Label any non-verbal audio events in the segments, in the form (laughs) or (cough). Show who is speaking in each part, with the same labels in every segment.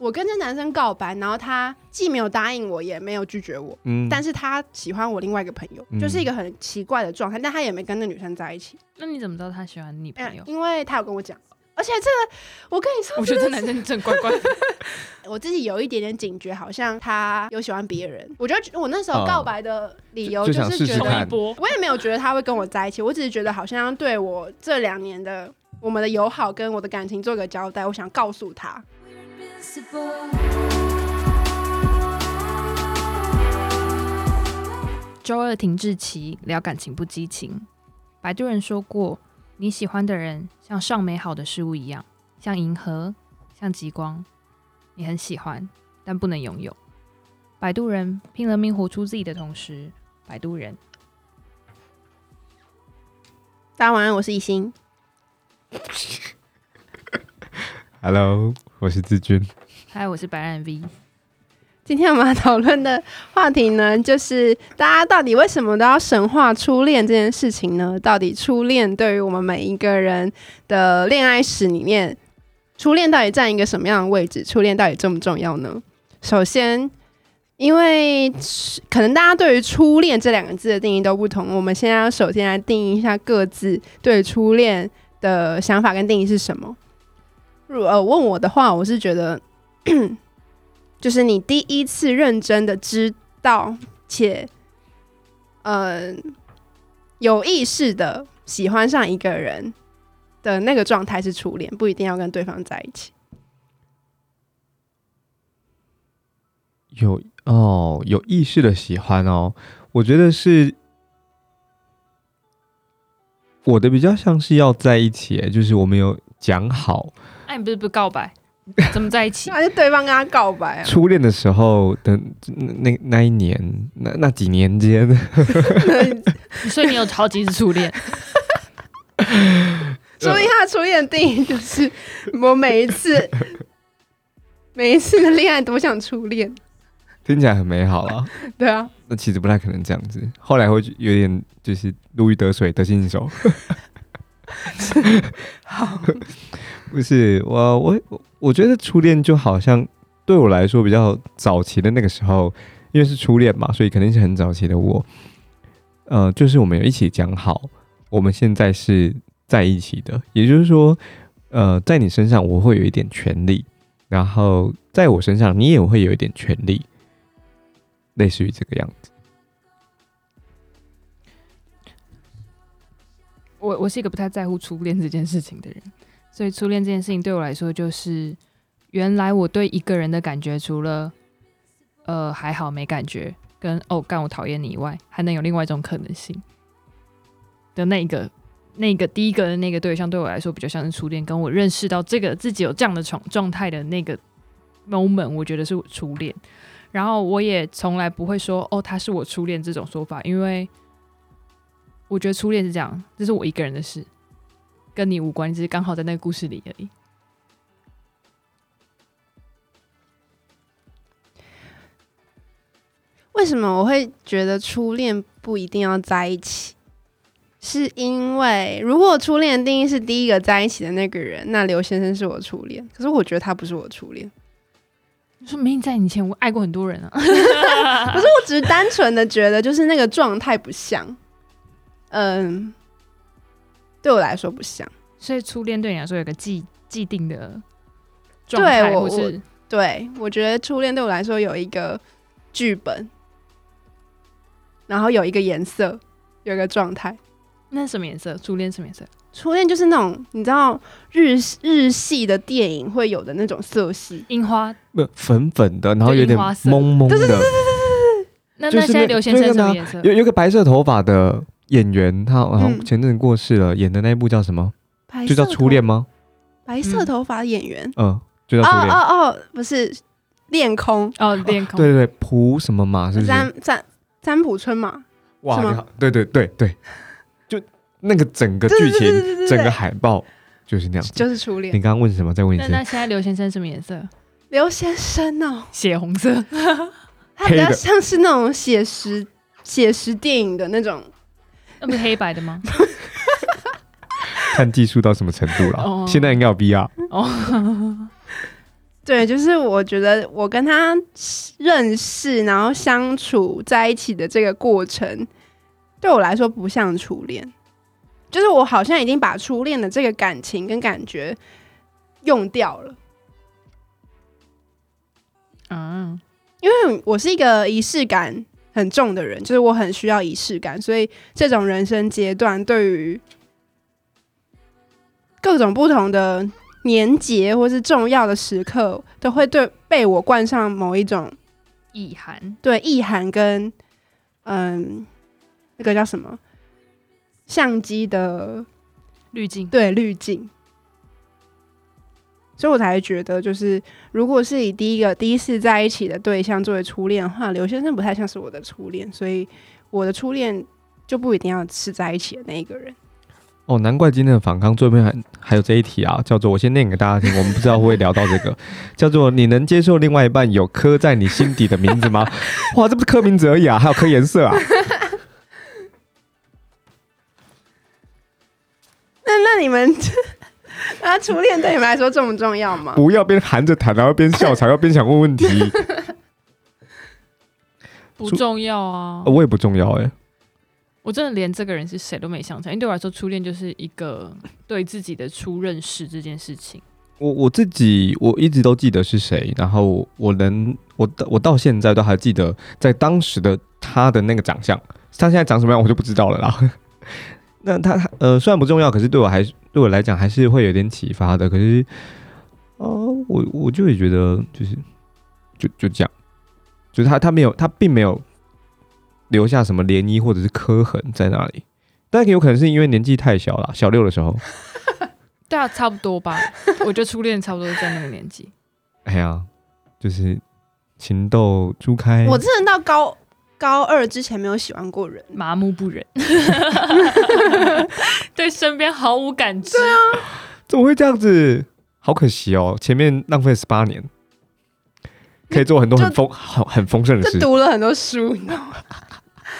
Speaker 1: 我跟这男生告白，然后他既没有答应我，也没有拒绝我，
Speaker 2: 嗯，
Speaker 1: 但是他喜欢我另外一个朋友，
Speaker 2: 嗯
Speaker 1: 就是一个很奇怪的状态。但他也没跟那女生在一起，
Speaker 3: 那你怎么知道他喜欢你
Speaker 1: 嗯
Speaker 2: 哎
Speaker 3: 朋友，？
Speaker 1: 因为他有跟我讲。而且这个，我跟你说，
Speaker 3: 我觉得这男生真的怪怪的。
Speaker 1: 我自己有一点点警觉，好像他有喜欢别人。我就觉得我那时候
Speaker 2: 哦
Speaker 1: 告白的理由
Speaker 2: 就
Speaker 1: 就
Speaker 2: 想
Speaker 1: 是
Speaker 2: 试
Speaker 1: 觉
Speaker 2: 试
Speaker 1: 得
Speaker 2: 看
Speaker 3: 一波，
Speaker 1: 我也没有觉得他会跟我在一起，我只是觉得好像对我这两年的我们的友好跟我的感情做个交代，我想告诉他。
Speaker 3: 周二停滞期聊感情不激情。摆渡人说过，你喜欢的人像上美好的事物一样，像银河，像极光，你很喜欢，但不能拥有。摆渡人拼了命活出自己的同时，摆渡人
Speaker 1: 大家晚安，我是一心。
Speaker 2: Hello，我是志军。
Speaker 3: 嗨，我是白兰 V。
Speaker 1: 今天我们要讨论的话题呢， (laughs) 就是大家到底为什么都要神化初恋这件事情呢？到底初恋对于我们每一个人的恋爱史里面，初恋到底占一个什么样的位置？初恋到底重不重要呢？首先，因为可能大家对于初恋这两个字的定义都不同，我们现在要首先来定义一下各自对初恋的想法跟定义是什么。如呃，问我的话，我是觉得。就是你第一次认真的知道且，呃，有意识的喜欢上一个人的那个状态是初恋，不一定要跟对方在一起。
Speaker 2: 有哦，有意识的喜欢哦，我觉得是我的比较像是要在一起耶，就是我们有讲好
Speaker 3: 哎、你不是不是告白，怎么在一起？
Speaker 1: (laughs) 还是对方跟他告白啊？
Speaker 2: 初恋的时候的那那那一年那那几年间， (laughs)
Speaker 3: 所以你有好几次初恋，
Speaker 1: 所以他的初恋定义就是我每一次 (laughs) 每一次的恋爱都想初恋，
Speaker 2: 听起来很美好啊。
Speaker 1: 对啊，
Speaker 2: 那其实不太可能这样子，后来会有点就是如鱼得水，得心应手。
Speaker 1: 好，
Speaker 2: (laughs) 不是我我我觉得初恋就好像对我来说比较早期的那个时候，因为是初恋嘛，所以肯定是很早期的我。呃，就是我们有一起讲好，我们现在是在一起的，也就是说，呃，在你身上我会有一点权利，然后在我身上你也会有一点权利，类似于这个样子。
Speaker 3: 我我是一个不太在乎初恋这件事情的人，所以初恋这件事情对我来说就是，原来我对一个人的感觉，除了呃还好没感觉，跟哦干我讨厌你以外，还能有另外一种可能性的那一个那个第一个的那个对象，对我来说比较像是初恋，跟我认识到这个自己有这样的状状态的那个 moment，我觉得是初恋。然后我也从来不会说哦他是我初恋这种说法，因为。我觉得初恋是这样，这是我一个人的事，跟你无关，只是刚好在那个故事里而已。
Speaker 1: 为什么我会觉得初恋不一定要在一起？是因为如果初恋的定义是第一个在一起的那个人，那刘先生是我初恋。可是我觉得他不是我初恋，
Speaker 3: 说明在你前，我爱过很多人啊。 (laughs)
Speaker 1: 可是我只是单纯的觉得就是那个状态不像，嗯，对我来说不像。
Speaker 3: 所以初恋对你来说有个既既定的状
Speaker 1: 对
Speaker 3: 态，
Speaker 1: 我
Speaker 3: 或是
Speaker 1: 对我觉得初恋对我来说有一个剧本，然后有一个颜色，有一个状态。
Speaker 3: 那什么颜色？初恋什么颜色？
Speaker 1: 初恋就是那种你知道日日系的电影会有的那种色系，
Speaker 3: 樱花。
Speaker 2: 不粉粉的，然后有点
Speaker 3: 就樱花色
Speaker 2: 懵懵的，
Speaker 3: 那
Speaker 2: 就
Speaker 3: 那
Speaker 2: 是
Speaker 3: 现在
Speaker 2: 那
Speaker 3: 刘先生
Speaker 2: 就
Speaker 3: 什
Speaker 2: 是那
Speaker 3: 么颜色？
Speaker 2: 有有个白色头发的演员，他好像
Speaker 1: 嗯
Speaker 2: 前阵子过世了，演的那一部叫什么？
Speaker 1: 白
Speaker 2: 就叫
Speaker 1: 色
Speaker 2: 初恋
Speaker 1: 头
Speaker 2: 吗？
Speaker 1: 白色头发的演员。
Speaker 2: 嗯，就
Speaker 1: 哦
Speaker 2: 叫初恋。
Speaker 1: 哦哦，不是恋空
Speaker 3: 哦，恋
Speaker 2: (laughs)
Speaker 3: 空。
Speaker 2: 对对对，朴什么马是不是？
Speaker 1: 占占占卜春嘛，
Speaker 2: 哇，
Speaker 1: 是吗
Speaker 2: 你好，对对对对，就那个整个
Speaker 1: 对
Speaker 2: 剧
Speaker 1: 对对对
Speaker 2: 情，
Speaker 1: 对对，
Speaker 2: 整个
Speaker 1: 对
Speaker 2: 海报就是那样子。
Speaker 1: 就是初
Speaker 2: 你
Speaker 1: 恋。
Speaker 2: 刚刚问什么？再问一
Speaker 3: 那
Speaker 2: 次。
Speaker 3: 那现在刘先生什么颜色？
Speaker 1: 刘先生哦，
Speaker 3: 血红色。 (laughs)
Speaker 1: 他比
Speaker 2: 黑
Speaker 1: 较
Speaker 2: 的
Speaker 1: 像是那种写实写实电影的那种，
Speaker 3: 那不是黑白的吗？
Speaker 2: 看技术到什么程度了
Speaker 3: 哦？
Speaker 2: 现在应该有 VR。
Speaker 3: 哦，
Speaker 1: 对，就是我觉得我跟他认识，然后相处在一起的这个过程，对我来说不像初恋，就是我好像已经把初恋的这个感情跟感觉用掉了。
Speaker 3: (laughs) 嗯，
Speaker 1: 因为我是一个仪式感很重的人，就是我很需要仪式感，所以这种人生阶段对于各种不同的年节或是重要的时刻，都会对被我冠上某一种
Speaker 3: 意涵
Speaker 1: 对意涵跟嗯那个叫什么相机的
Speaker 3: 滤镜，
Speaker 1: 对滤镜，所以我才觉得，就是如果是以第一个第一次在一起的对象作为初恋的话，刘先生不太像是我的初恋，所以我的初恋就不一定要是在一起的那一个人。
Speaker 2: 哦，难怪今天的反抗最后面还还有这一题啊，叫做我先念给大家听，我们不知道会不会聊到这个，叫做你能接受另外一半有刻在你心底的名字吗？哇，这不是刻名字而已啊，还有刻颜色啊。
Speaker 1: 那那你们 (laughs) 那初恋对你们来说重不重要吗？
Speaker 2: 不要边含着痰，然后边笑场，然后边想问问题，
Speaker 3: 不
Speaker 2: 出
Speaker 3: 重要啊。
Speaker 2: 呃我也不重要哎、
Speaker 3: 我真的连这个人是谁都没想起来，因为对我来说，初恋就是一个对自己的初认识这件事情。
Speaker 2: 我我自己我一直都记得是谁，然后我能我到我到现在都还记得在当时的他的那个长相，他现在长什么样我就不知道了啦。 (laughs) 那他他呃虽然不重要，可是对我还是对我来讲还是会有点启发的。可是哦、我我就会觉得就是就就这样，就是他他没有他并没有留下什么涟漪或者是刻痕在那里，但有可能是因为年纪太小了，小六的时候。
Speaker 3: 对啊，差不多 (laughs) 吧。我觉得初恋差不多是在那个年纪。
Speaker 2: 哎呀，就是情窦初开。
Speaker 1: 我真的到高高二之前没有喜欢过人，
Speaker 3: 麻木不 (laughs) 仁，对身边毫无感知。
Speaker 2: 怎么会这样子？好可惜哦，前面浪费十八年，可以做很多很丰很很丰盛的
Speaker 1: 就
Speaker 2: 事。
Speaker 1: 读了很多书，你知道吗？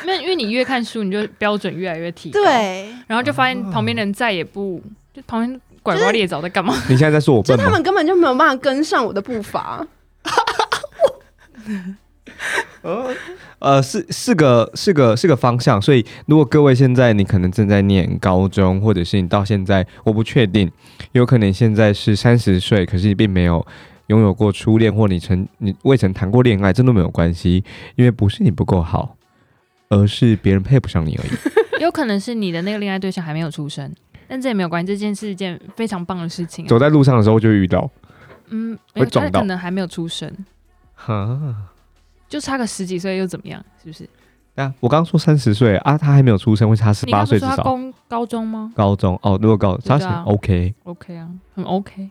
Speaker 3: 那、因为你越看书，你就标准越来越提高，，
Speaker 1: 对，
Speaker 3: 然后就发现旁边
Speaker 2: 哦
Speaker 3: 人再也不，就旁边拐瓜裂枣在干嘛？
Speaker 2: 你现在在说我
Speaker 1: 就
Speaker 2: 笨
Speaker 1: 他
Speaker 2: 吗？
Speaker 1: 们根本就没有办法跟上我的步伐。
Speaker 2: 呃，是是个是个是个方向。所以，如果各位现在你可能正在念高中，或者是你到现在，我不确定，有可能现在是三十岁，可是你并没有拥有过初恋，或你曾你未曾谈过恋爱，这都没有关系，因为不是你不够好，而是别人配不上你而已。
Speaker 3: 有可能是你的那个恋爱对象还没有出生，但这也没有关系，这件是一件非常棒的事情、啊。
Speaker 2: 走在路上的时候就会遇到，
Speaker 3: 嗯，
Speaker 2: 会撞
Speaker 3: 他
Speaker 2: 到
Speaker 3: 可能还没有出生，
Speaker 2: 哈。
Speaker 3: 就差个十几岁又怎么样？是不是？
Speaker 2: 啊，我刚刚说三十岁啊，他还没有出生，会差十
Speaker 3: 你刚
Speaker 2: 八
Speaker 3: 不
Speaker 2: 岁
Speaker 3: 是
Speaker 2: 至
Speaker 3: 说他
Speaker 2: 少。
Speaker 3: 高高中吗
Speaker 2: 高中哦，如果高
Speaker 3: 对
Speaker 2: 差
Speaker 3: 啊
Speaker 2: 十 OK，
Speaker 3: ？OK 啊，
Speaker 2: 嗯
Speaker 3: 很 OK。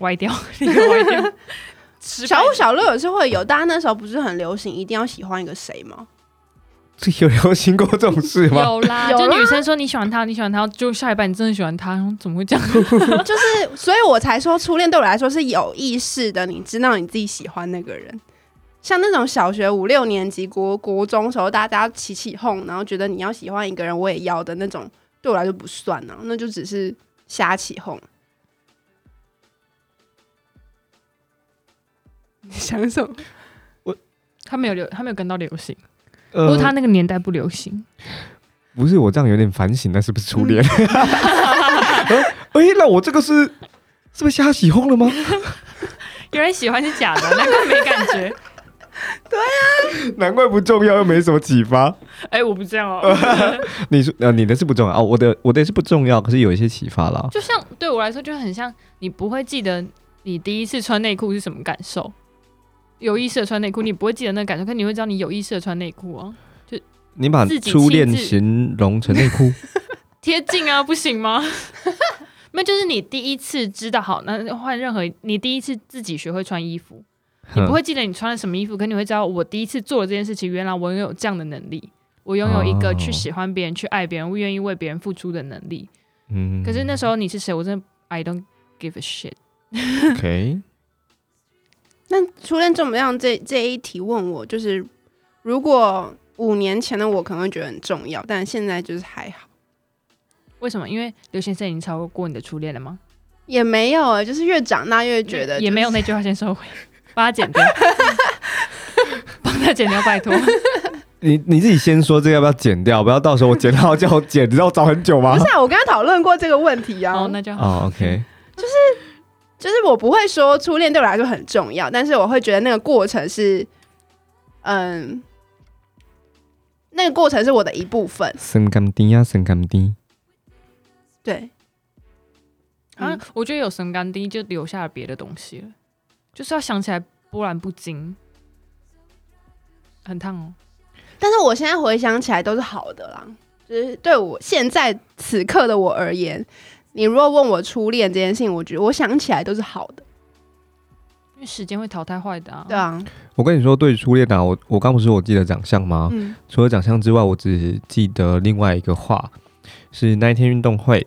Speaker 3: 歪掉， (laughs) 你又歪掉。失败
Speaker 1: 小五、小六也是会有，大家那时候不是很流行一定要喜欢一个谁
Speaker 3: (laughs)
Speaker 1: 吗？
Speaker 2: 这有流行过这种事吗？
Speaker 3: 有啦，
Speaker 1: 有
Speaker 3: (laughs) 就
Speaker 1: 啦
Speaker 3: 女生说你喜欢他，你喜欢他，就下一半你真的喜欢他，然后怎么会
Speaker 2: (laughs)
Speaker 3: 这样？
Speaker 1: 就是，所以我才说初恋对我来说是有意识的，你知道你自己喜欢那个人。像那种小学五六年级、国国中时候，大家起起哄，然后觉得你要喜欢一个人，我也要的那种，对我来说不算啊，那就只是瞎起哄。你想什么？
Speaker 3: 他没有流，他没有跟到流行，
Speaker 2: 呃
Speaker 3: 不过他那个年代不流行。
Speaker 2: 不是我这样有点反省，那是不是初恋？
Speaker 3: 嗯
Speaker 2: (laughs) 哎、那我这个是是不是瞎起哄了吗？
Speaker 3: 有人喜欢是假的，那个没感 (laughs) 觉。
Speaker 2: (laughs) 难怪不重要，又没什么启发。
Speaker 3: 哎，我不这样
Speaker 2: 呃
Speaker 3: 哦。
Speaker 2: 你说呃，你的是不重要哦，我的我的也是不重要，可是有一些启发啦。
Speaker 3: 就像对我来说，就很像你不会记得你第一次穿内裤是什么感受，有意识的穿内裤，你不会记得那个感受，可你会知道你有意识的穿内裤啊，
Speaker 2: 你把
Speaker 3: 自己
Speaker 2: 初
Speaker 3: 亲
Speaker 2: 恋
Speaker 3: 自
Speaker 2: 形容成内
Speaker 3: (laughs)
Speaker 2: 裤，
Speaker 3: 贴近啊，不行 (laughs) 吗？那就是你第一次知道，好，那换任何你第一次自己学会穿衣服，
Speaker 2: 嗯
Speaker 3: 你不会记得你穿了什么衣服，可你会知道我第一次做了这件事情，原来我拥有这样的能力，我拥有一个
Speaker 2: 哦
Speaker 3: 去喜欢别人、去爱别人、愿意为别人付出的能力。
Speaker 2: 嗯
Speaker 3: 可是那时候你是谁，我真的 I don't give a shit。
Speaker 2: OK，
Speaker 1: 那初恋重不重要这这一题问我，就是如果五年前的我可能会觉得很重要，但现在就是还好。
Speaker 3: 为什么？因为刘先生已经超过你的初恋了吗？
Speaker 1: 也没有哎、就是越长大越觉得、
Speaker 3: 也没有，那句话先收回，把它剪掉，帮他剪掉，
Speaker 1: (laughs)
Speaker 3: 拜托。
Speaker 2: 你你自己先说这个要不要剪掉，不要到时候我剪到叫我剪，你知道我找很久吗
Speaker 1: 不？是啊，我跟他讨论过这个问题啊。
Speaker 3: 好，那就好。
Speaker 2: 哦，OK，
Speaker 1: 就是我不会说初恋对我来说很重要，但是我会觉得那个过程是，嗯，那个过程是我的一部分。
Speaker 2: 森甘丁呀，森甘丁，
Speaker 1: 对，
Speaker 3: 啊
Speaker 1: 嗯，
Speaker 3: 我觉得有神干丁就留下了别的东西了，就是要想起来波澜不惊，很烫哦。
Speaker 1: 但是我现在回想起来都是好的啦，就是对我现在此刻的我而言，你如果问我初恋这件事情，我觉得我想起来都是好的。
Speaker 3: 因为时间会淘汰坏的啊。
Speaker 1: 对，啊，
Speaker 2: 我跟你说，对于初恋啊，我我刚不是我记得长相吗？
Speaker 1: 嗯，
Speaker 2: 除了长相之外，我只记得另外一个话，是那一天运动会，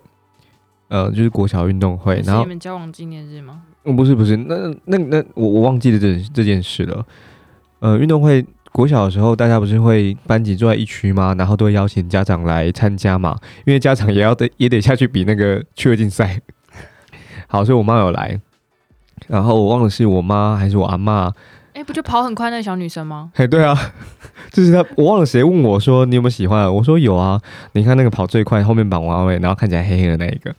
Speaker 2: 呃，就是国小运动会，
Speaker 3: 是
Speaker 2: 然后
Speaker 3: 你们交往纪念日吗？
Speaker 2: 嗯，不是不是，那那那我我忘记了这这件事了。呃，运动会国小的时候，大家不是会班级坐在一区吗？然后都会邀请家长来参加嘛，因为家长也要得也得下去比那个 (laughs) 趣味竞赛。好，所以我妈有来，然后我忘了是我妈还是我阿妈。
Speaker 3: 哎、不就跑很快那小女
Speaker 2: (laughs)
Speaker 3: 生吗？
Speaker 2: 嘿，对啊，就是她，我忘了谁问我说你有没有喜欢的，我说有啊。你看那个跑最快，后面绑马尾，然后看起来黑黑的那一个，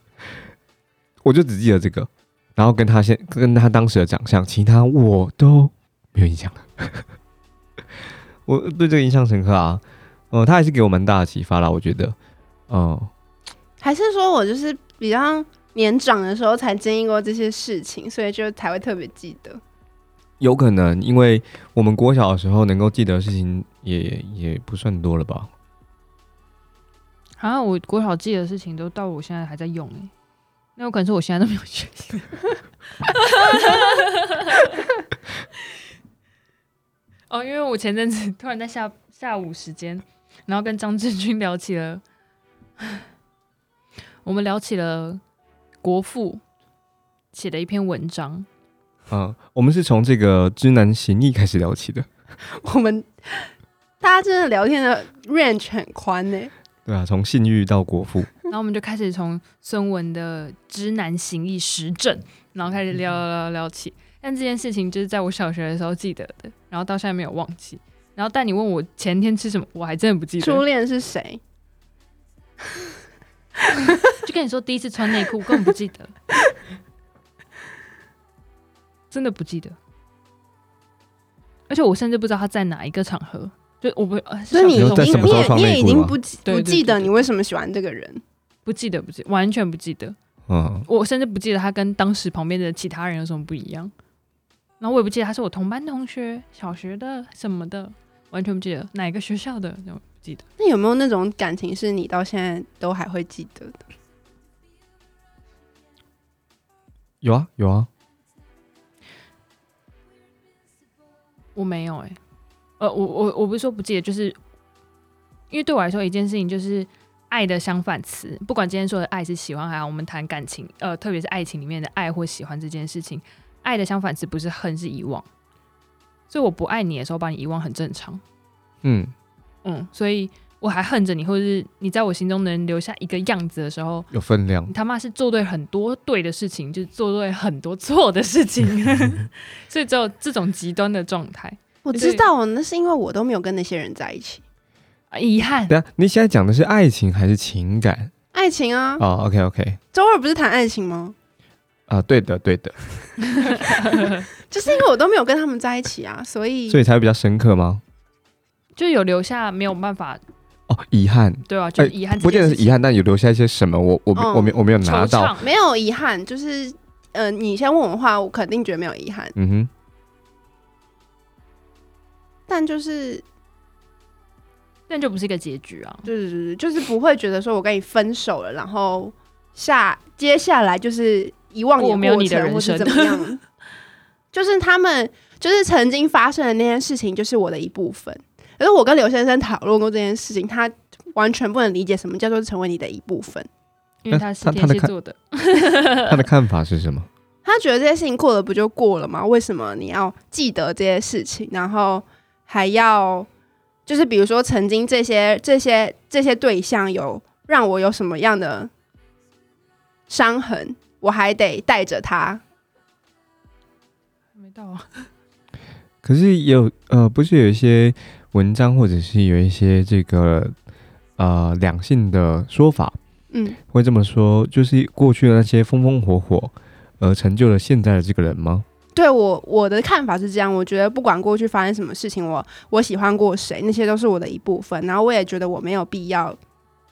Speaker 2: 我就只记得这个，然后跟他现跟他当时的长相，其他我都没有印象了。 (laughs) 我对这个印象深刻啊，呃，他还是给我蛮大的启发啦，我觉得，嗯、
Speaker 1: 还是说我就是比较年长的时候才经历过这些事情，所以就才会特别记得。 (laughs)
Speaker 2: 有可能因为我们国小的时候能够记得的事情也也不算多了吧，
Speaker 3: 好像啊我国小记得的事情都到我现在还在用哎、那有可能是我现在都没有学习。 (laughs) 哦，因为我前阵子突然在下下午时间，然后跟张志军聊起了，我们聊起了国父写的一篇文章，
Speaker 2: 嗯、我们是从这个知难行易开始聊起的。
Speaker 1: 我们大家真的聊天的 range 很宽欸呢、
Speaker 2: 对啊，从性欲到国父，
Speaker 3: 然后我们就开始从孙文的知难行易实证，然后开始聊聊聊聊起。但这件事情就是在我小学的时候记得的，然后到现在没有忘记。然后但你问我前天吃什么，我还真的不记
Speaker 1: 初
Speaker 3: (laughs) 得。
Speaker 1: 恋是谁？
Speaker 3: 就跟你说第一次穿内裤，根本不记得，真的不记得。而且我甚至不知道他在哪一个场合，就我不，呃是
Speaker 1: 所以
Speaker 3: 小
Speaker 1: 你
Speaker 3: 学
Speaker 2: 你说在
Speaker 3: 同
Speaker 1: 你
Speaker 2: 什
Speaker 3: 学
Speaker 2: 么
Speaker 1: 你
Speaker 2: 时候
Speaker 1: 也
Speaker 2: 穿
Speaker 1: 你也
Speaker 2: 内
Speaker 1: 已
Speaker 2: 裤
Speaker 1: 经
Speaker 2: 吗
Speaker 1: 不记
Speaker 3: 对
Speaker 1: 不
Speaker 3: 对
Speaker 1: 记
Speaker 3: 对
Speaker 1: 得
Speaker 3: 对
Speaker 1: 你为什么喜欢这个人，
Speaker 3: 不记得，不记得，完全不记得。
Speaker 2: 嗯，
Speaker 3: 我甚至不记得他跟当时旁边的其他人有什么不一样，然后我也不记得他是我同班同学、小学的什么的，完全不记得哪个学校的，那种不记得。
Speaker 1: 那有没有那种感情是你到现在都还会记得的？
Speaker 2: 有啊有啊，
Speaker 3: 我没有哎、呃，我我我不是说不记得，就是因为对我来说一件事情就是爱的相反词，不管今天说的爱是喜欢还好，我们谈感情，呃，特别是爱情里面的爱或喜欢这件事情，爱的相反词不是恨是遗忘，所以我不爱你的时候把你遗忘很正常。
Speaker 2: 嗯，
Speaker 3: 嗯，所以我还恨着你，或者是你在我心中能留下一个样子的时候，
Speaker 2: 有分量
Speaker 3: 你，他妈是做对很多对的事情，就是做对很多错的事 (laughs) 情，所以只有这种极端的状态，
Speaker 1: 我
Speaker 3: 就是
Speaker 1: 知道，那是因为我都没有跟那些人在一起。
Speaker 3: 啊遗憾。
Speaker 2: 等一下你现在讲的是爱情还是情感？
Speaker 1: 爱情啊，
Speaker 2: 哦，OK OK，
Speaker 1: 周二不是谈爱情吗？
Speaker 2: 啊，对的对的，
Speaker 1: 就是因为我都没有跟他们在一起啊，所以
Speaker 2: 所以才会比较深刻吗？
Speaker 3: 就有留下没有办法，
Speaker 2: 哦，遗憾，
Speaker 3: 对啊，就是遗憾、
Speaker 2: 不见得是遗憾，但有留下一些什么？我我没
Speaker 1: 嗯
Speaker 2: 我没我没有
Speaker 3: 惆
Speaker 2: 拿到，
Speaker 3: 怅
Speaker 1: 没有遗憾。就是呃，你先问我的话，我肯定觉得没有遗憾，
Speaker 2: 嗯哼，
Speaker 1: 但就是
Speaker 3: 但就不是一个结局啊。
Speaker 1: 对对对，就是不会觉得说我跟你分手了，然后下接下来就是遗忘你
Speaker 3: 我没有
Speaker 1: 过
Speaker 3: 你的
Speaker 1: 程
Speaker 3: 人
Speaker 1: 或是
Speaker 3: 生
Speaker 1: 怎么样。 (laughs) 就是他们，就是曾经发生的那件事情，就是我的一部分。可是我跟刘先生讨论过这件事情，他完全不能理解什么叫做成为你的一部分。
Speaker 3: 因为
Speaker 2: 那
Speaker 3: 他是
Speaker 2: 他
Speaker 3: 天
Speaker 2: 他的
Speaker 3: 蝎
Speaker 2: 看
Speaker 3: 座的，
Speaker 2: 他的看法是什么？
Speaker 1: 他觉得这些事情过了不就过了吗？为什么你要记得这些事情，然后还要就是比如说曾经这些这些这些对象有让我有什么样的伤痕，我还得带着他。
Speaker 3: 还没到啊，
Speaker 2: 可是也有呃，不是有一些文章或者是有一些这个呃两性的说法，
Speaker 1: 嗯，
Speaker 2: 会这么说，就是过去的那些风风火火，而成就了现在的这个人吗？
Speaker 1: 对我我的看法是这样，我觉得不管过去发生什么事情，我我喜欢过谁，那些都是我的一部分。然后我也觉得我没有必要，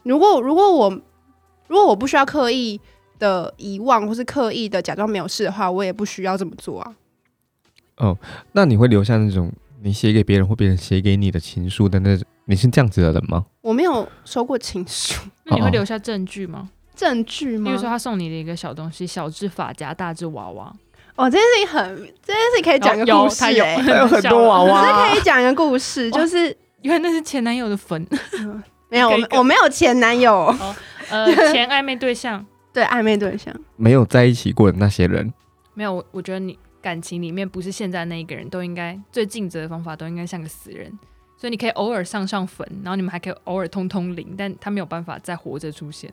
Speaker 1: 如果如果我如果我不需要刻意的遗忘，或是刻意的假装没有事的话，我也不需要这么做啊。
Speaker 2: 那你会留下那种你写给别人或别人写给你的情书的那种，你是这样子的人吗？
Speaker 1: 我没有收过情书 (laughs)
Speaker 3: 那你
Speaker 2: 哦
Speaker 3: 会留下证据吗？
Speaker 1: 证据
Speaker 3: 比
Speaker 1: 吗
Speaker 3: 如？说他送你的一个小东西，小只发夹，大只娃娃，
Speaker 1: 哦，这件事情很，这件事情可以讲一个
Speaker 3: 哦有
Speaker 1: 故事、
Speaker 3: 他有
Speaker 1: 欸，
Speaker 2: 还有很多娃
Speaker 1: 我 (laughs) 是
Speaker 2: 娃，
Speaker 1: 可以讲一个故事，
Speaker 3: 哇
Speaker 1: 就是
Speaker 3: 因为那是前男友的坟，
Speaker 1: 没有
Speaker 3: 一
Speaker 1: 我
Speaker 3: 个一
Speaker 1: 没
Speaker 3: 个
Speaker 1: 我没有前男友，
Speaker 3: 呃，前暧昧对象
Speaker 1: 对暧昧对象，
Speaker 2: 没有在一起过的那些人，
Speaker 3: 没有。我我觉得你感情里面不是现在那一个人，都应该最尽责的方法都应该像个死人，所以你可以偶尔上上坟，然后你们还可以偶尔通通灵，但他没有办法再活着出现。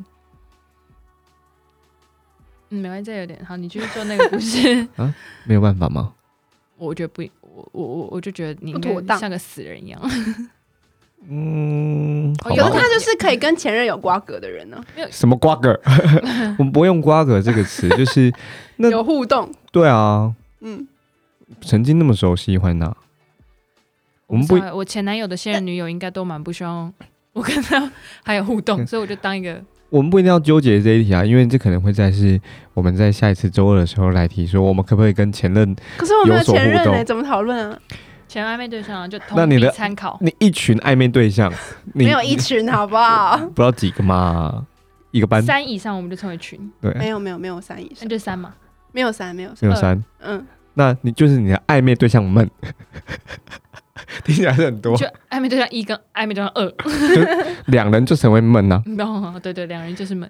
Speaker 3: 嗯，没关系，这有点好，你继续做那个故事。 (laughs)
Speaker 2: 没有办法吗？
Speaker 3: 我觉得不，我我我我就觉得你
Speaker 1: 不
Speaker 3: 应
Speaker 1: 妥当
Speaker 3: 该像个死人一样，
Speaker 2: 嗯，好
Speaker 1: 可
Speaker 2: 吧
Speaker 3: 哦
Speaker 1: 是
Speaker 3: 有
Speaker 1: 他就是可以跟前任有瓜葛的人呢、
Speaker 2: 什么瓜葛？我们不用“瓜葛”这个词，就是那
Speaker 1: 有互动，
Speaker 2: 对啊，
Speaker 1: 嗯，
Speaker 2: 曾经那么熟悉，欢娜， (laughs) 我们不
Speaker 3: 知道 (laughs) 我前男友的现任女友应该都蛮不希望我跟他还有互
Speaker 2: 嗯
Speaker 3: 动，所以我就当一个
Speaker 2: 我们不一定要纠结这一题啊，因为这可能会在是我们在下一次周二的时候来提说，我们可不可以跟前任
Speaker 1: 可是我没有前任
Speaker 2: 有所
Speaker 1: 呢、
Speaker 2: 互动
Speaker 1: 怎么讨论啊？
Speaker 3: 前暧昧对象啊，就
Speaker 2: 那
Speaker 3: 同
Speaker 2: 你
Speaker 3: 你
Speaker 2: 的嗯
Speaker 3: 参考。
Speaker 2: 你一群暧昧对象，你
Speaker 1: 没有一群好不好？
Speaker 2: 不知道几个嘛，一个班
Speaker 3: 三以上我们就称为群，
Speaker 1: 没
Speaker 2: 对，
Speaker 1: 有没有没有三以
Speaker 3: 那
Speaker 1: 上，
Speaker 3: 就三嘛。
Speaker 1: 没有三没有三，
Speaker 2: 没有三，
Speaker 1: 嗯，
Speaker 2: 那你就是你的暧昧对象们， (laughs) 听起来是很多，
Speaker 3: 就暧昧对象一跟暧昧对象二， (laughs)
Speaker 2: 两人就成为们啊，
Speaker 3: 你懂吗？对对，两人就是们。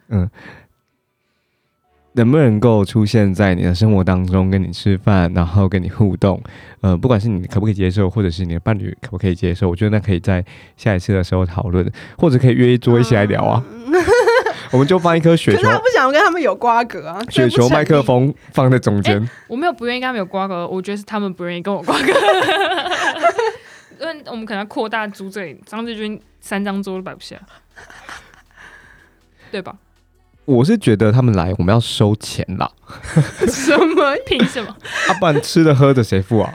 Speaker 2: 能不能够出现在你的生活当中，跟你吃饭，然后跟你互动，呃，不管是你可不可以接受，或者是你的伴侣可不可以接受，我觉得那可以在下一次的时候讨论，或者可以约一桌一起来聊啊，
Speaker 1: 嗯。嗯
Speaker 2: (laughs) 我们就放一颗雪
Speaker 1: 可
Speaker 2: 球
Speaker 1: 是。他不想跟他们有瓜葛啊，
Speaker 2: 雪球麦克风放在中间，
Speaker 1: 哎
Speaker 3: 我没有不愿意跟他们有瓜葛，我觉得是他们不愿意跟我瓜葛。 (laughs) 因为我们可能要扩大租这里，张志军三张桌都摆不下，对吧？
Speaker 2: 我是觉得他们来，我们要收钱啦，
Speaker 1: 这不成立什么？
Speaker 3: 凭什么？
Speaker 2: 啊，不然吃的喝的谁付啊？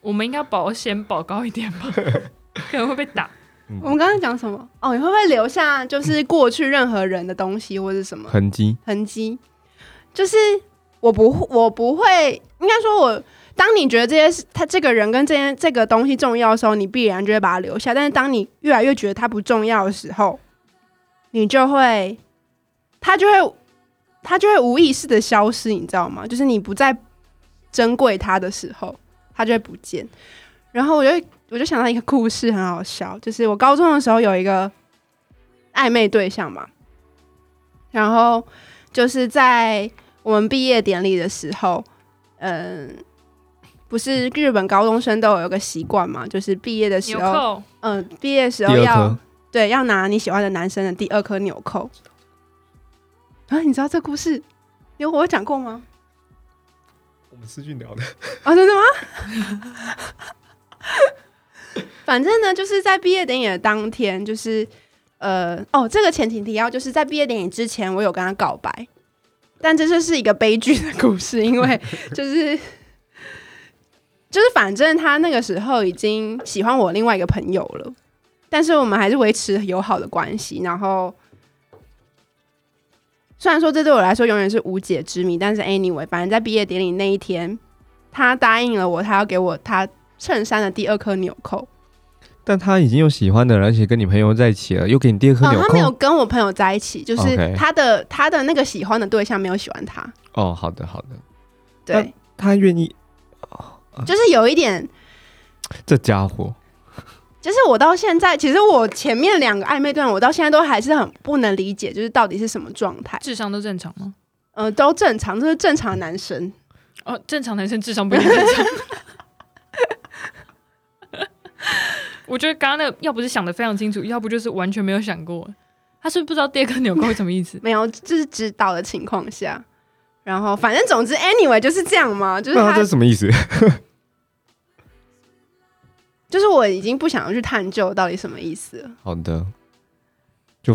Speaker 3: 我们应该保险保高一点吧，可能会被
Speaker 1: (laughs)
Speaker 3: 打。
Speaker 1: 我们刚刚讲什么？哦，你会不会留下就是过去任何人的东西或是什么？
Speaker 2: 痕迹，
Speaker 1: 痕迹，就是我不会我不会，应该说我。当你觉得这些事，他这个人跟这件这个东西重要的时候，你必然就会把它留下。但是当你越来越觉得它不重要的时候，你就会，他就会，他就会无意识的消失，你知道吗？就是你不再珍贵它的时候，它就会不见。然后我就我就想到一个故事，很好笑，就是我高中的时候有一个暧昧对象嘛，然后就是在我们毕业典礼的时候，嗯，不是日本高中生都有一个习惯嘛，就是毕业的时
Speaker 3: 纽
Speaker 1: 候，
Speaker 3: 扣，
Speaker 1: 嗯，毕业的时
Speaker 2: 第
Speaker 1: 候
Speaker 2: 二
Speaker 1: 要
Speaker 2: 颗，
Speaker 1: 对，要拿你喜欢的男生的第二颗纽扣。啊，你知道这故事有我有讲过吗？
Speaker 2: 我们私讯聊的，
Speaker 1: 啊，真的吗？ (laughs) 反正呢，就是在毕业典礼的当天，就是呃，哦，这个前提提要就是在毕业典礼之前，我有跟他告白，但这就是一个悲剧的故事，因为就是 (laughs) 就是反正他那个时候已经喜欢我另外一个朋友了，但是我们还是维持友好的关系，然后。虽然说这对我来说永远是无解之谜，但是 anyway，反正在毕业典礼那一天，他答应了我，他要给我他衬衫的第二颗纽扣。
Speaker 2: 但他已经有喜欢的人，而且跟你朋友在一起了，又给你第二颗
Speaker 1: 哦，
Speaker 2: 纽
Speaker 1: 他没有
Speaker 2: 扣。
Speaker 1: 跟我朋友在一起，就是
Speaker 2: OK
Speaker 1: 他的他的那个喜欢的对象没有喜欢他，
Speaker 2: 哦，好的好的，
Speaker 1: 对，
Speaker 2: 他愿意，
Speaker 1: (laughs) 就是有一点，
Speaker 2: 这家伙
Speaker 1: 就是我到现在，其实我前面两个暧昧对象，我到现在都还是很不能理解，就是到底是什么状态。
Speaker 3: 智商都正常吗？
Speaker 1: 嗯、都正常，就是正常的男生。？
Speaker 3: 哦，正常男生智商不一定正 (laughs) 常。我觉得刚刚那个要不是想的非常清楚，要不就是完全没有想过。他是不是不知道第二个纽扣是什么意思
Speaker 1: 没有，就是知道的情况下，然后反正总之，anyway 就是这样嘛，就是
Speaker 2: 那
Speaker 1: 他
Speaker 2: 这是什么意思？
Speaker 1: 就是我已经不想要去探究到底什么意思了。
Speaker 2: 好的，就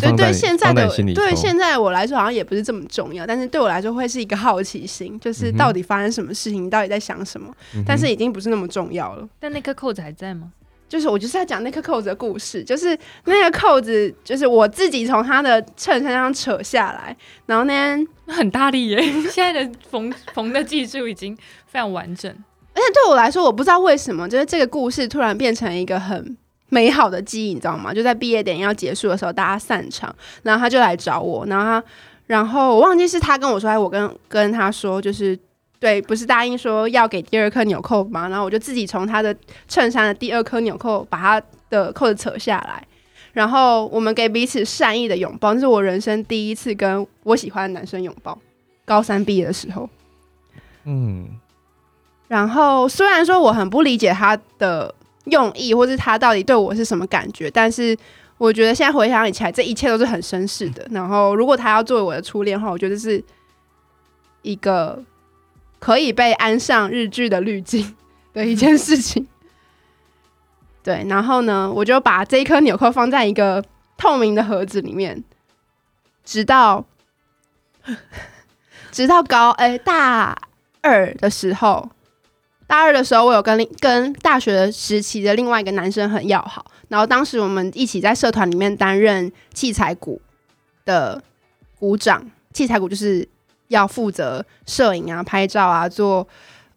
Speaker 1: 嗯对
Speaker 2: 放在
Speaker 1: 对，现在
Speaker 2: 放在
Speaker 1: 的
Speaker 2: 你心里头。嗯
Speaker 1: 对现在我来说好像也不是这么重要，但是对我来说会是一个好奇心，就是
Speaker 2: 嗯哼
Speaker 1: 到底发生什么事情，你到底在想什么，
Speaker 2: 嗯哼
Speaker 1: 但是已经不是那么重要了。
Speaker 3: (laughs) 但那颗扣子还在吗？
Speaker 1: 就是我就是要讲那颗扣子的故事，就是那个扣子，就是我自己从他的衬衫上扯下来，然后那天
Speaker 3: 那很大 (laughs) 力耶！现在的缝缝的技术已经非常完整。
Speaker 1: 而且对我来说，我不知道为什么，就是这个故事突然变成一个很美好的记忆，你知道吗？就在毕业典礼要结束的时候，大家散场，然后他就来找我，然后他，然后我忘记是他跟我说，还是我跟跟他说，就是。对，不是答应说要给第二颗纽扣吗？然后我就自己从他的衬衫的第二颗纽扣把他的扣子扯下来，然后我们给彼此善意的拥抱，这是我人生第一次跟我喜欢的男生拥抱，高三毕业的时候。
Speaker 2: 嗯，
Speaker 1: 然后虽然说我很不理解他的用意，或是他到底对我是什么感觉，但是我觉得现在回想起来，这一切都是很绅士的。然后如果他要作为我的初恋的话，我觉得是一个可以被安上日剧的滤镜的一件事情。对，然后呢，我就把这一颗纽扣放在一个透明的盒子里面，直到 (laughs) 直到高哎、大二的时候，大二的时候，我有跟另跟大学时期的另外一个男生很要好，然后当时我们一起在社团里面担任器材鼓的鼓掌，器材鼓就是要负责摄影啊、拍照啊，做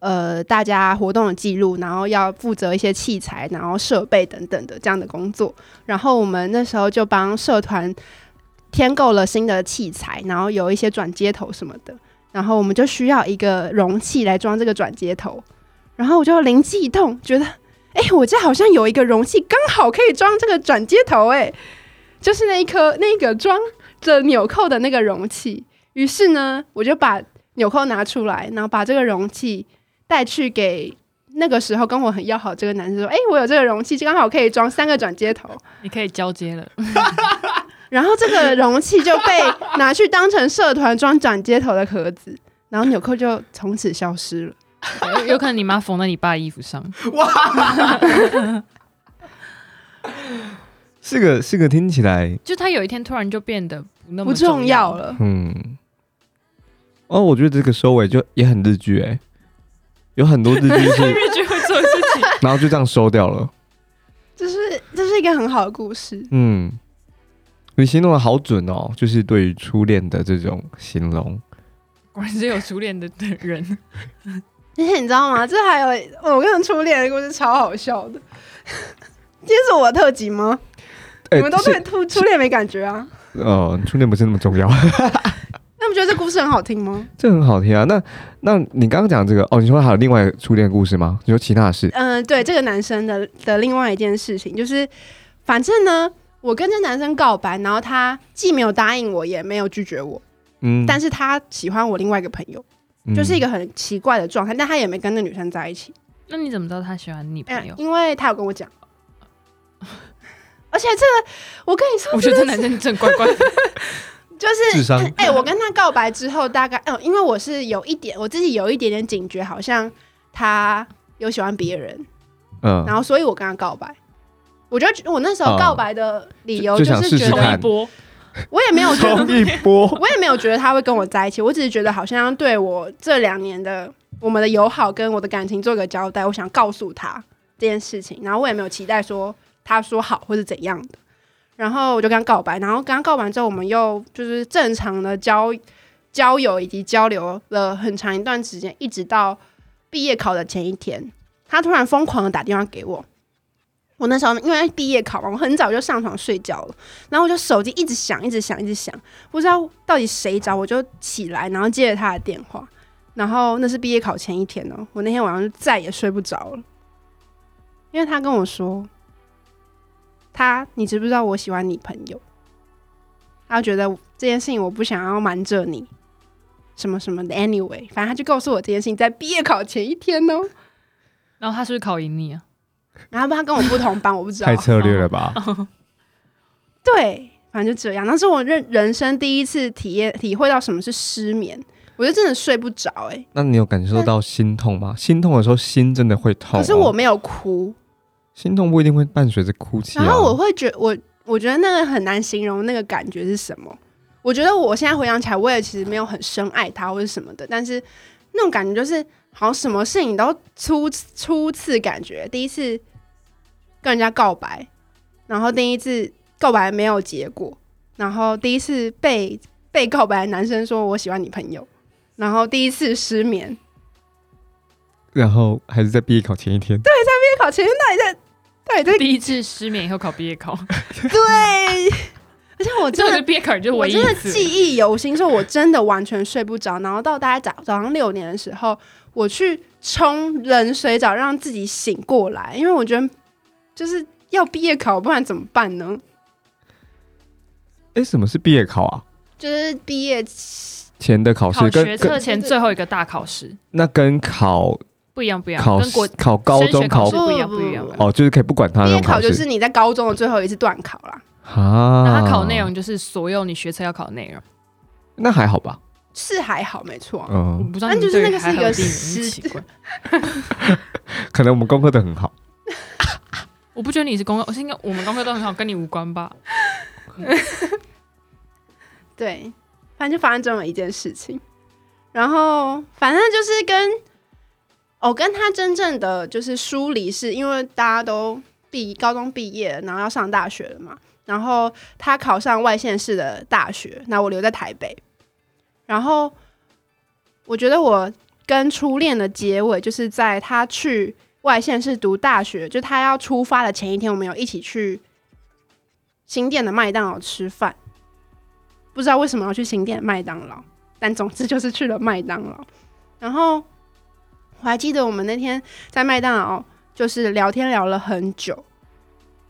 Speaker 1: 呃大家活动的记录，然后要负责一些器材、然后设备等等的这样的工作。然后我们那时候就帮社团添购了新的器材，然后有一些转接头什么的。然后我们就需要一个容器来装这个转接头，然后我就灵机一动，觉得，哎、我这好像有一个容器，刚好可以装这个转接头、诶，哎，就是那一颗那个装着纽扣的那个容器。于是呢，我就把纽扣拿出来，然后把这个容器带去给那个时候跟我很要好这个男生说，哎、我有这个容器，刚好可以装三个转接头。
Speaker 3: 你可以交接了，
Speaker 1: 然后这个容器就被拿去当成社团装转接头的盒子，然后纽扣就从此消失了。
Speaker 3: 有 (laughs) 有可能你妈缝在你爸衣服上。
Speaker 2: 是个是个听起来，
Speaker 3: 就他有一天突然就变得不那么
Speaker 1: 不重要
Speaker 3: (laughs) 了。
Speaker 1: 了。
Speaker 2: 嗯，哦，我觉得这个收尾就也很日剧哎、有很多日剧是 (laughs)
Speaker 3: 日剧会做的事情，
Speaker 2: 然后就这样收掉了。
Speaker 1: 这是这是一个很好的故事，
Speaker 2: 嗯，你形容的好准哦，就是对于初恋的这种形容。
Speaker 3: 果然是有初恋的的人。
Speaker 1: 而 (laughs) 且你知道吗？这还有我跟初恋的故事超好笑的。 (laughs) 今天是我的特辑吗？
Speaker 2: 哎
Speaker 1: 你们都
Speaker 2: 是
Speaker 1: 对初初恋没感觉啊？
Speaker 2: 呃，初恋不是那么重要，
Speaker 1: 那你们觉得这故事很好听吗？
Speaker 2: 这很好听啊。那那你刚刚讲这个哦，你说还有另外一个初恋故事吗？你说其他的事？
Speaker 1: 嗯、对，这个男生的的另外一件事情就是，反正呢，我跟这男生告白，然后他既没有答应我，也没有拒绝我，
Speaker 2: 嗯，
Speaker 1: 但是他喜欢我另外一个朋友，就是一
Speaker 2: 个
Speaker 1: 个很奇怪的状态，但他也没跟那女生在一起。
Speaker 3: 那你怎么知道他喜欢你
Speaker 1: 嗯
Speaker 3: 朋友，？
Speaker 1: 因为他有跟我
Speaker 2: (laughs)
Speaker 1: 讲，而且这个我跟你说，
Speaker 3: 我觉得这男生真的怪怪的。
Speaker 1: 就是
Speaker 2: 智商。
Speaker 1: 哎、我跟他告白之后，大概嗯、因为我是有一点我自己有一点点警觉，好像他有喜欢别人，
Speaker 2: 嗯
Speaker 1: 然后所以我跟他告白。我觉得我那时候
Speaker 2: 哦
Speaker 1: 告白的理由
Speaker 2: 就就想
Speaker 1: 是
Speaker 2: 试
Speaker 1: 觉
Speaker 2: 试
Speaker 1: 得
Speaker 2: 看
Speaker 3: 一波，
Speaker 1: 我也没有觉得
Speaker 2: 冲一波。
Speaker 1: (laughs) 我也没有觉得他会跟我在一起，我只是觉得好像要对我这两年的我们的友好跟我的感情做个交代，我想告诉他这件事情，然后我也没有期待说他说好或者怎样的，然后我就跟他告白，然后跟他告白之后，我们又就是正常的交交友以及交流了很长一段时间，一直到毕业考的前一天，他突然疯狂的打电话给我。我那时候因为毕业考嘛，我很早就上床睡觉了，然后我就手机一直响，一直响，一直响，不知道到底谁找我，就起来，然后接了他的电话。然后那是毕业考前一天哦，我那天晚上就再也睡不着了，因为他跟我说，他你知不知道我喜欢你朋友？他觉得这件事情我不想要瞒着你，什么什么的。Anyway，反正他就告诉我这件事情在毕业考前一天哦。
Speaker 3: 然后他是不是考赢你啊？
Speaker 1: 然后他跟我不同班，我不知道
Speaker 2: 太。策略了吧？
Speaker 1: 哦对，反正就这样。那是我人人生第一次体验体会到什么是失眠，我就真的睡不着哎、
Speaker 2: 那你有感受到心痛吗？心痛的时候，心真的会痛、哦
Speaker 1: 可是我，没有哭，
Speaker 2: 心痛不一定会伴随着哭泣、啊。
Speaker 1: 然后我会觉我我觉得那个很难形容那个感觉是什么。我觉得我现在回想起来，我也其实没有很深爱他或者什么的，但是那种感觉就是好像什么事情都初初次感觉，第一次跟人家告白，然后第一次告白没有结果，然后第一次被被告白的男生说我喜欢你朋友，然后第一次失眠， (laughs)
Speaker 2: 然后还是在毕业考前一天，对，
Speaker 1: 月考前天到底在到底在
Speaker 3: 第一次失眠以后考毕业 (laughs) 考，
Speaker 1: 对，而且我
Speaker 3: 这
Speaker 1: 真
Speaker 3: 个
Speaker 1: 的
Speaker 3: 是毕业考就
Speaker 1: 我
Speaker 3: 唯一
Speaker 1: 真的
Speaker 3: 一次。
Speaker 1: 记忆犹新，说我真的完全睡不着。然后到大概早早上六点的时候，我去冲冷水澡让自己醒过来，因为我觉得就是要毕业考，不然怎么办呢？
Speaker 2: 哎，什么是毕业考啊？
Speaker 1: 就是毕业
Speaker 2: 前的考
Speaker 3: 考
Speaker 2: 试
Speaker 3: 学
Speaker 2: 跟跟
Speaker 3: 测前最后一个大考试
Speaker 2: 那跟考
Speaker 3: 不一样，
Speaker 1: 啊
Speaker 3: 不一样，
Speaker 2: 考
Speaker 3: 跟国
Speaker 2: 考高
Speaker 3: 升
Speaker 2: 中
Speaker 3: 学考
Speaker 2: 考
Speaker 3: 试不一样，
Speaker 1: 不
Speaker 3: 不
Speaker 1: 不
Speaker 3: 一样。
Speaker 1: 不
Speaker 2: 哦，就是可以不管他
Speaker 1: 毕
Speaker 2: 那
Speaker 1: 业
Speaker 2: 种
Speaker 1: 考就
Speaker 2: 试
Speaker 1: 是你在高中的最后一次段考啦，
Speaker 2: 啊。
Speaker 3: 那它考内容就是所有你学测要考的内容。
Speaker 2: 那还好吧？
Speaker 1: 是还好，没错啊。
Speaker 3: 我
Speaker 2: 嗯，
Speaker 3: 不知道
Speaker 1: 但
Speaker 3: 你
Speaker 1: 就是那
Speaker 3: 对
Speaker 1: 个
Speaker 3: 还
Speaker 1: 是一
Speaker 3: 好
Speaker 1: 个
Speaker 3: 有地名
Speaker 1: 实
Speaker 3: 奇怪，
Speaker 2: 可能我们功课都很好。
Speaker 3: 我不觉得你是功课，我是应该我们功课都很好，跟你无关吧？
Speaker 1: 对，反正就发生这么一件事情，然后反正就是跟我、哦、跟他真正的就是疏离，是因为大家都毕高中毕业了，然后要上大学了嘛，然后他考上外县市的大学，那我留在台北，然后我觉得我跟初恋的结尾就是在他去外县市读大学，就他要出发的前一天，我们有一起去新店的麦当劳吃饭。不知道为什么要去新店麦当劳，但总之就是去了麦当劳。然后我还记得我们那天在麦当劳就是聊天聊了很久，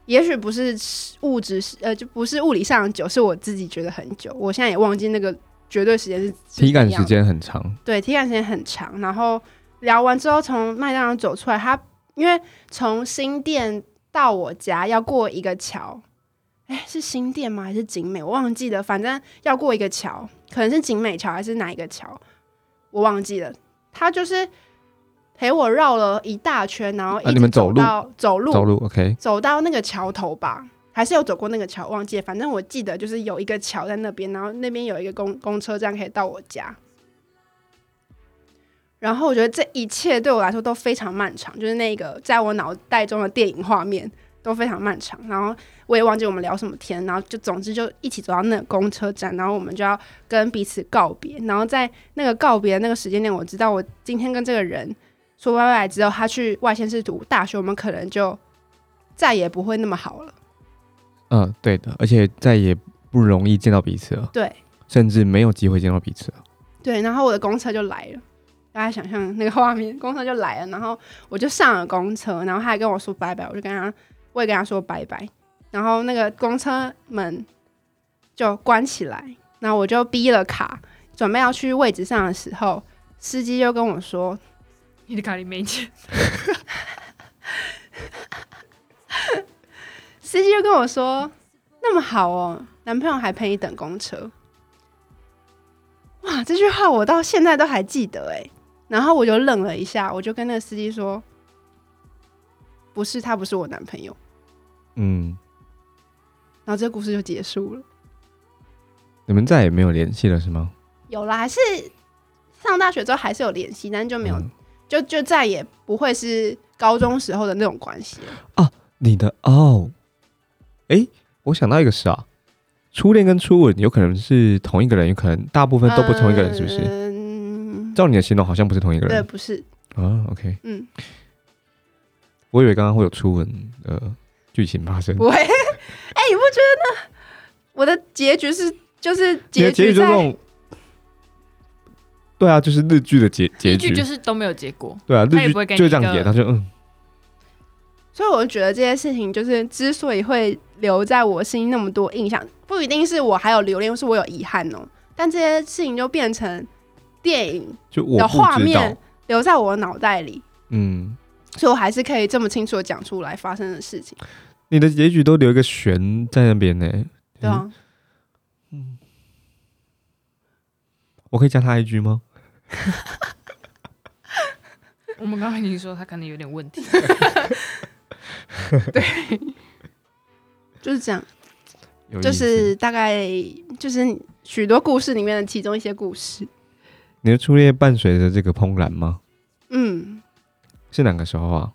Speaker 1: 也许不是物质呃就不是物理上的久，是我自己觉得很久，我现在也忘记那个绝对时间是是
Speaker 2: 体感
Speaker 1: 怎样
Speaker 2: 时间很长，
Speaker 1: 对，体感时间很长。然后聊完之后，从麦当劳走出来，他因为从新店到我家要过一个桥，哎，是新店吗？还是景美？我忘记了，反正要过一个桥，可能是景美桥还是哪一个桥，我忘记了。他就是陪我绕了一大圈，然后一
Speaker 2: 啊你
Speaker 1: 直
Speaker 2: 们走
Speaker 1: 走
Speaker 2: 路
Speaker 1: 到、走路
Speaker 2: 走路 OK。
Speaker 1: 走到那个桥头吧，还是有走过那个桥，忘记了。反正我记得就是有一个桥在那边，然后那边有一个公公车站可以到我家。然后我觉得这一切对我来说都非常漫长，就是那个在我脑袋中的电影画面都非常漫长。然后我也忘记我们聊什么天，然后就总之就一起走到那个公车站，然后我们就要跟彼此告别。然后在那个告别的那个时间点，我知道我今天跟这个人说拜拜之后，他去外县市读大学，我们可能就再也不会那么好了。
Speaker 2: 嗯，对的，而且再也不容易见到彼此了，
Speaker 1: 对
Speaker 2: 甚至没有机会见到彼此了。
Speaker 1: 对，然后我的公车就来了，大家想象那个画面，公车就来了，然后我就上了公车，然后他还跟我说拜拜，我就跟他，我也跟他说拜拜，然后那个公车门就关起来，然后我就逼了卡，准备要去位置上的时候，司机又跟我说
Speaker 3: 你的卡里没钱，
Speaker 1: 司机就跟我说：“那么好哦，男朋友还陪你等公车。”哇，这句话我到现在都还记得哎。然后我就愣了一下，我就跟那个司机说：“不是，他不是我男朋友。
Speaker 2: 嗯，”
Speaker 1: 然后这个故事就结束了。
Speaker 2: 你们再也没有联系了是吗？
Speaker 1: 有啦，还是上大学之后还是有联系，但就没有，
Speaker 2: 嗯
Speaker 1: 就就再也不会是高中时候的那种关系了。
Speaker 2: 你的哦，哎，我想到一个事啊，初恋跟初吻有可能是同一个人，有可能大部分都不同一个人，是不是？
Speaker 1: 呃嗯，
Speaker 2: 照你的形容，好像不是同一个
Speaker 1: 对，
Speaker 2: 人
Speaker 1: 不是，
Speaker 2: 啊。OK，
Speaker 1: 嗯，
Speaker 2: 我以为刚刚会有初吻呃剧情发
Speaker 1: (laughs)
Speaker 2: 生，
Speaker 1: 不会。哎、你不觉得呢？我的结局是，就是
Speaker 2: 你的
Speaker 1: 结局
Speaker 2: 就是那
Speaker 1: 在
Speaker 2: 种，对啊，就是日剧的结结
Speaker 3: 一
Speaker 2: 局
Speaker 3: 句，就是都没有结果。
Speaker 2: 对啊，
Speaker 3: 他也
Speaker 2: 日剧
Speaker 3: 不会给你
Speaker 2: 就这样
Speaker 3: 一个
Speaker 2: 演，他就嗯，
Speaker 1: 所以我觉得这些事情就是之所以会留在我心那么多印象，不一定是我还有留恋，或是我有遗憾哦、但这些事情就变成电影
Speaker 2: 就我
Speaker 1: 的画
Speaker 2: 不知道
Speaker 1: 面，留在我脑袋里，
Speaker 2: 嗯。
Speaker 1: 所以我还是可以这么清楚的讲出来发生的事情，
Speaker 2: 你的结局都留一个悬在那边呢。嗯
Speaker 1: 对啊。
Speaker 2: 我可以加他 IG 吗？
Speaker 3: 我们刚刚已经说他可能有点问题，
Speaker 1: 就是这样，
Speaker 2: 有意思
Speaker 1: 就是大概就是许多故事里面的其中一些故事。
Speaker 2: 你的初恋伴随着这个怦然吗？
Speaker 1: 嗯，
Speaker 2: 是哪个时候啊？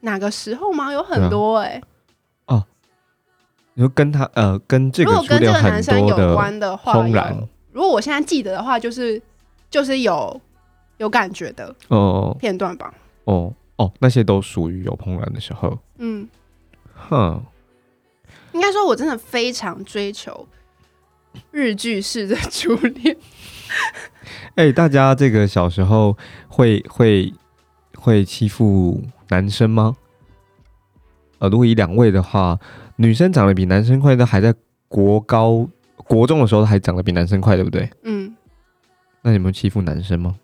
Speaker 1: 哪个时候吗？有
Speaker 2: 对
Speaker 1: 很
Speaker 2: 啊
Speaker 1: 多哎、
Speaker 2: 你说跟他呃，跟这
Speaker 1: 如
Speaker 2: 个
Speaker 1: 果
Speaker 2: 初
Speaker 1: 跟这
Speaker 2: 恋
Speaker 1: 个男
Speaker 2: 很
Speaker 1: 生
Speaker 2: 多
Speaker 1: 有
Speaker 2: 的
Speaker 1: 关的话，
Speaker 2: 怦然
Speaker 1: 有如果我现在记得的话，就是就是有有感觉的
Speaker 2: 哦
Speaker 1: 片段吧。
Speaker 2: 哦哦，那些都属于有怦然的时候。
Speaker 1: 嗯，
Speaker 2: 哼，
Speaker 1: 应该说我真的非常追求日剧式的初恋。
Speaker 2: 哎、大家这个小时候会会会欺负男生吗？呃，如果以两位的话，女生长得比男生快，都还在国高国中的时候还长得比男生快，对不对？
Speaker 1: 嗯，
Speaker 2: 那你们欺负男生吗？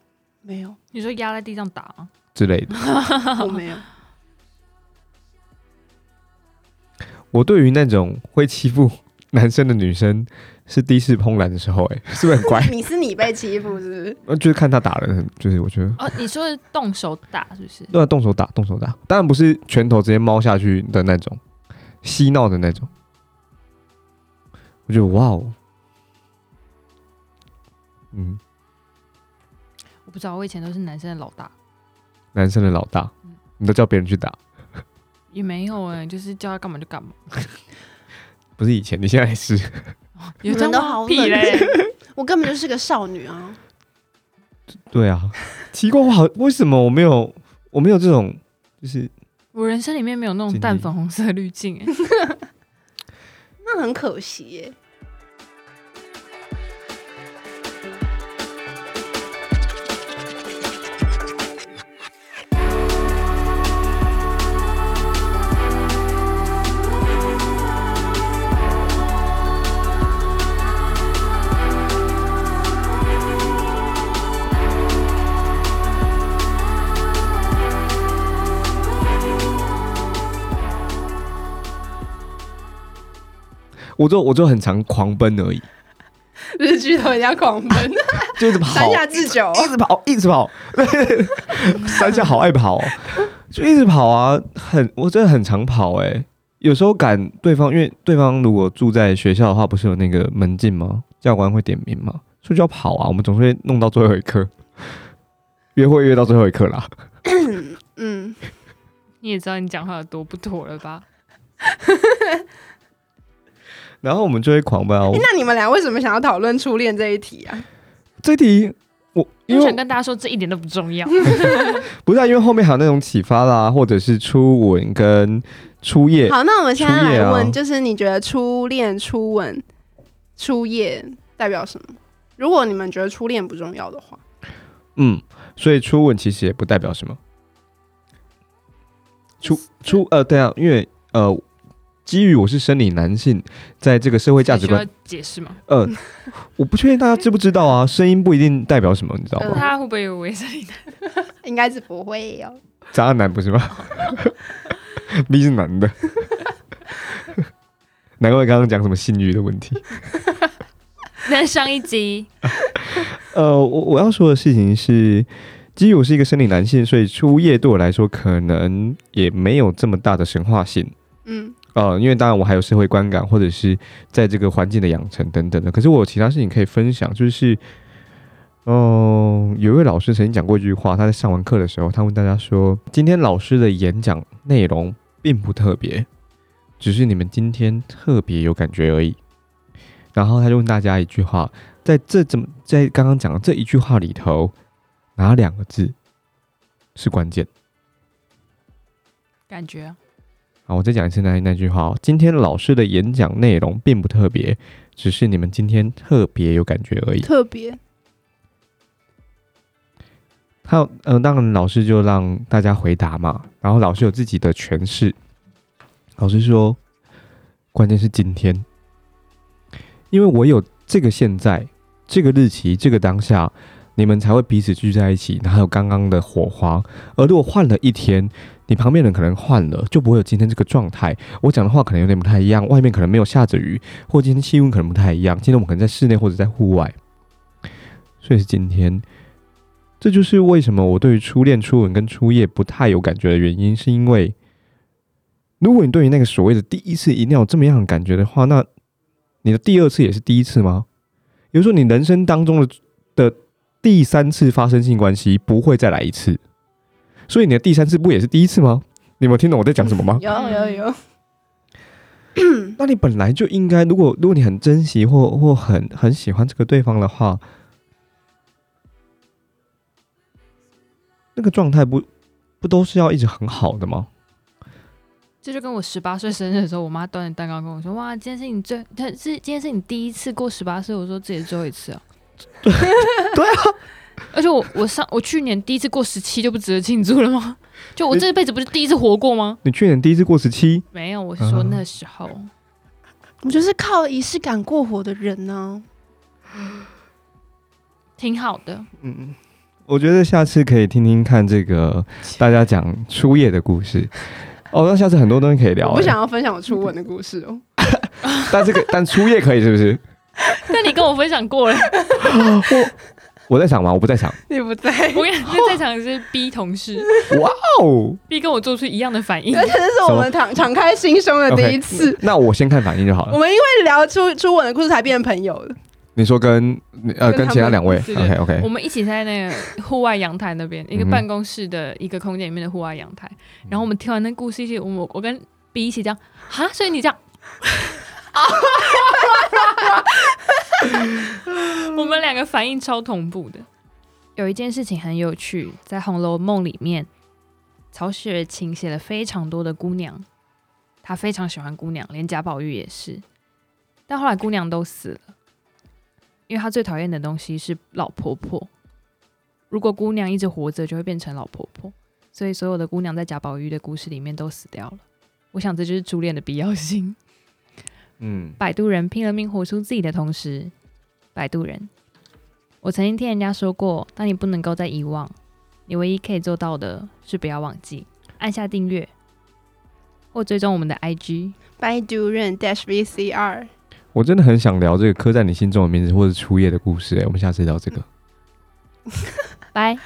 Speaker 1: 没 (laughs) 有，
Speaker 3: (laughs) 你说压在地上打吗？
Speaker 2: 之类的。
Speaker 1: 我没有。？
Speaker 2: 我对于那种会欺负男生的女生是第一次怦然的时候、哎，是不是很乖 (laughs)
Speaker 1: 你是你被欺负是不是？
Speaker 2: 呃就是看他打人很，就是我觉得
Speaker 3: 哦，你说是动手打是不是？
Speaker 2: 对啊，动手打，动手打，当然不是拳头直接猫下去的那种，嬉闹的那种。我觉得哇哦，嗯，
Speaker 3: 我不知道，我以前都是男生的老大，
Speaker 2: 男生的老大，你都叫别人去打，
Speaker 3: 也没有哎、就是叫他干嘛就干嘛。
Speaker 2: 不是以前，你现在也是，
Speaker 3: 有
Speaker 1: 你
Speaker 3: 这
Speaker 1: 们都
Speaker 3: 么
Speaker 1: 好
Speaker 3: 屁
Speaker 1: 冷
Speaker 3: 嘞？
Speaker 1: (laughs) 我根本就是个少女啊！
Speaker 2: (laughs) 对啊， (laughs) 奇怪，我好，为什么我没有，我没有这种，就是
Speaker 3: (laughs) 我人生里面没有那种淡粉红色滤镜、欸，
Speaker 1: 那很可惜耶。
Speaker 2: 我就我就很常狂奔而已，
Speaker 1: 日剧都人家狂 (laughs) 奔，
Speaker 2: 就一直跑
Speaker 1: 山，下智久。
Speaker 2: 一直跑，哦一直 (laughs) 跑，三下好爱跑、哦，就一直跑啊，很我真的很常跑哎、有时候赶对方，因为对方如果住在学校的话，不是有那个门禁吗？教官会点名嘛，所以就要跑啊。我们总是会弄到最后一刻， (laughs) 约会约到最后一刻啦。
Speaker 1: 嗯，
Speaker 3: 你也知道你讲话有多不妥了吧？
Speaker 2: 然后我们就会狂奔啊。我
Speaker 1: 诶那你们俩为什么想要讨论初恋这一题啊？
Speaker 2: 这题我因
Speaker 3: 我想
Speaker 2: 为
Speaker 3: 跟大家说，这一点都不重要。
Speaker 2: 不是、啊、因为后面还有那种启发啦，或者是初吻跟初夜，
Speaker 1: 好，那我们现在
Speaker 2: 初夜
Speaker 1: 来
Speaker 2: 啊
Speaker 1: 问，就是你觉得初恋、初吻、初夜代表什么？如果你们觉得初恋不重要的话，
Speaker 2: 嗯，所以初吻其实也不代表什么。初初呃，对啊，因为呃，基于我是生理男性，在这个社会价值
Speaker 3: 需要
Speaker 2: 观，
Speaker 3: 解释吗？
Speaker 2: 呃，我不确定大家知不知道啊，声音不一定代表什么，你知道
Speaker 1: 嗯
Speaker 2: 吗？
Speaker 3: 他会不会有为生理男？
Speaker 1: 应该是不会哦。
Speaker 2: 渣男不是吗？B 是男的，难怪刚刚讲什么性欲的问题。
Speaker 3: (laughs) 那上一集
Speaker 2: 呃，我我要说的事情是，基于我是一个生理男性，所以初夜对我来说可能也没有这么大的神话性。
Speaker 1: 嗯，
Speaker 2: 呃，因为当然我还有社会观感，或者是在这个环境的养成等等的。可是我有其他事情可以分享，就是，嗯、有一位老师曾经讲过一句话，他在上完课的时候，他问大家说：“今天老师的演讲内容并不特别，只是你们今天特别有感觉而已。”然后他就问大家一句话，在这怎么在刚刚讲的这一句话里头，哪两个字是关键？
Speaker 3: (laughs) 感觉啊
Speaker 2: 好，我再讲一次那那句话、哦。今天老师的演讲内容并不特别，只是你们今天特别有感觉而已。
Speaker 1: 特别
Speaker 2: 他嗯、呃，当然老师就让大家回答嘛，然后老师有自己的诠释。老师说，关键是今天，因为我有这个现在、这个日期、这个当下，你们才会彼此聚在一起，然后有刚刚的火花。而如果换了一天，你旁边人可能换了，就不会有今天这个状态。我讲的话可能有点不太一样，外面可能没有下着雨，或今天气温可能不太一样。今天我们可能在室内或者在户外，所以是今天。这就是为什么我对于初恋、初吻跟初夜不太有感觉的原因，是因为如果你对于那个所谓的第一次一定要有这么样的感觉的话，那你的第二次也是第一次吗？也就是说，你人生当中的的第三次发生性关系不会再来一次，所以你的第三次不也是第一次吗？你有没有听懂我在讲什么吗？
Speaker 1: 有有有，
Speaker 2: 那你本来就应该，如果如果你很珍惜或或很很喜欢这个对方的话，那个状态不不都是要一直很好的吗？
Speaker 3: 这就跟我十八岁生日的时候，我妈端着蛋糕跟我说：“哇，今天是你最，她是今天是你第一次过十八岁。”我说：“这也是最后一次啊。
Speaker 2: (laughs) 对啊，”
Speaker 3: 而且我我上我去年第一次过十七就不值得庆祝了吗？就我这辈子不是第一次活过吗？
Speaker 2: 你去年第一次过十七，
Speaker 3: 没有，我是
Speaker 2: 嗯
Speaker 3: 说那时候、
Speaker 1: 我就是靠仪式感过活的人呢、
Speaker 3: 挺好的。
Speaker 2: 嗯，我觉得下次可以听听看这个大家讲初夜的故事。哦，那下次很多东西可以聊、
Speaker 1: 我不
Speaker 2: 欸
Speaker 1: 想要分享我初吻的故事哦。
Speaker 2: 但这个但初夜可以是不是？
Speaker 3: 但你跟我分享过了，
Speaker 2: 我在想吗？我不在想。
Speaker 1: (laughs) 你不在，
Speaker 3: 我跟你讲这在场是 B 同事
Speaker 2: 哦，
Speaker 3: ，B 跟我做出一样的反应
Speaker 1: 而。且这是我们敞敞开心胸的第一次。
Speaker 2: 那我先看反应就好
Speaker 1: 我
Speaker 2: 了。
Speaker 1: 们因为聊初初吻的故事才变朋友的。
Speaker 2: 你说跟呃
Speaker 1: 跟
Speaker 2: 跟
Speaker 1: 他
Speaker 2: 其他
Speaker 1: 们
Speaker 2: 两位
Speaker 3: 对对
Speaker 2: ，OK OK，
Speaker 3: 我们一起在那个户外阳台那边，一个
Speaker 2: 嗯哼
Speaker 3: 办公室的一个空间里面的户外阳台。然后我们听完那故事一起，我们我跟 B 一起这样，哈，所以你这 (laughs) 样，我们两个反应超同步的。有一件事情很有趣，在《红楼梦》里面，曹雪芹写了非常多的姑娘，他非常喜欢姑娘，连贾宝玉也是。但后来姑娘都死了，因为他最讨厌的东西是老婆婆。如果姑娘一直活着，就会变成老婆婆。所以所有的姑娘在贾宝玉的故事里面都死掉了。我想这就是初恋的必要性。 (laughs)
Speaker 2: 嗯，
Speaker 3: 摆渡人拼了命活出自己的同时，摆渡人，我曾经听人家说过，当你不能够再遗忘，你唯一可以做到的是不要忘记，按下订阅或追踪我们的 IG。
Speaker 1: By Duran Dash VCR，
Speaker 2: 我真的很想聊这个刻在你心中的哎名字，或者初夜的故事、欸。我们下次聊这个。
Speaker 3: 拜。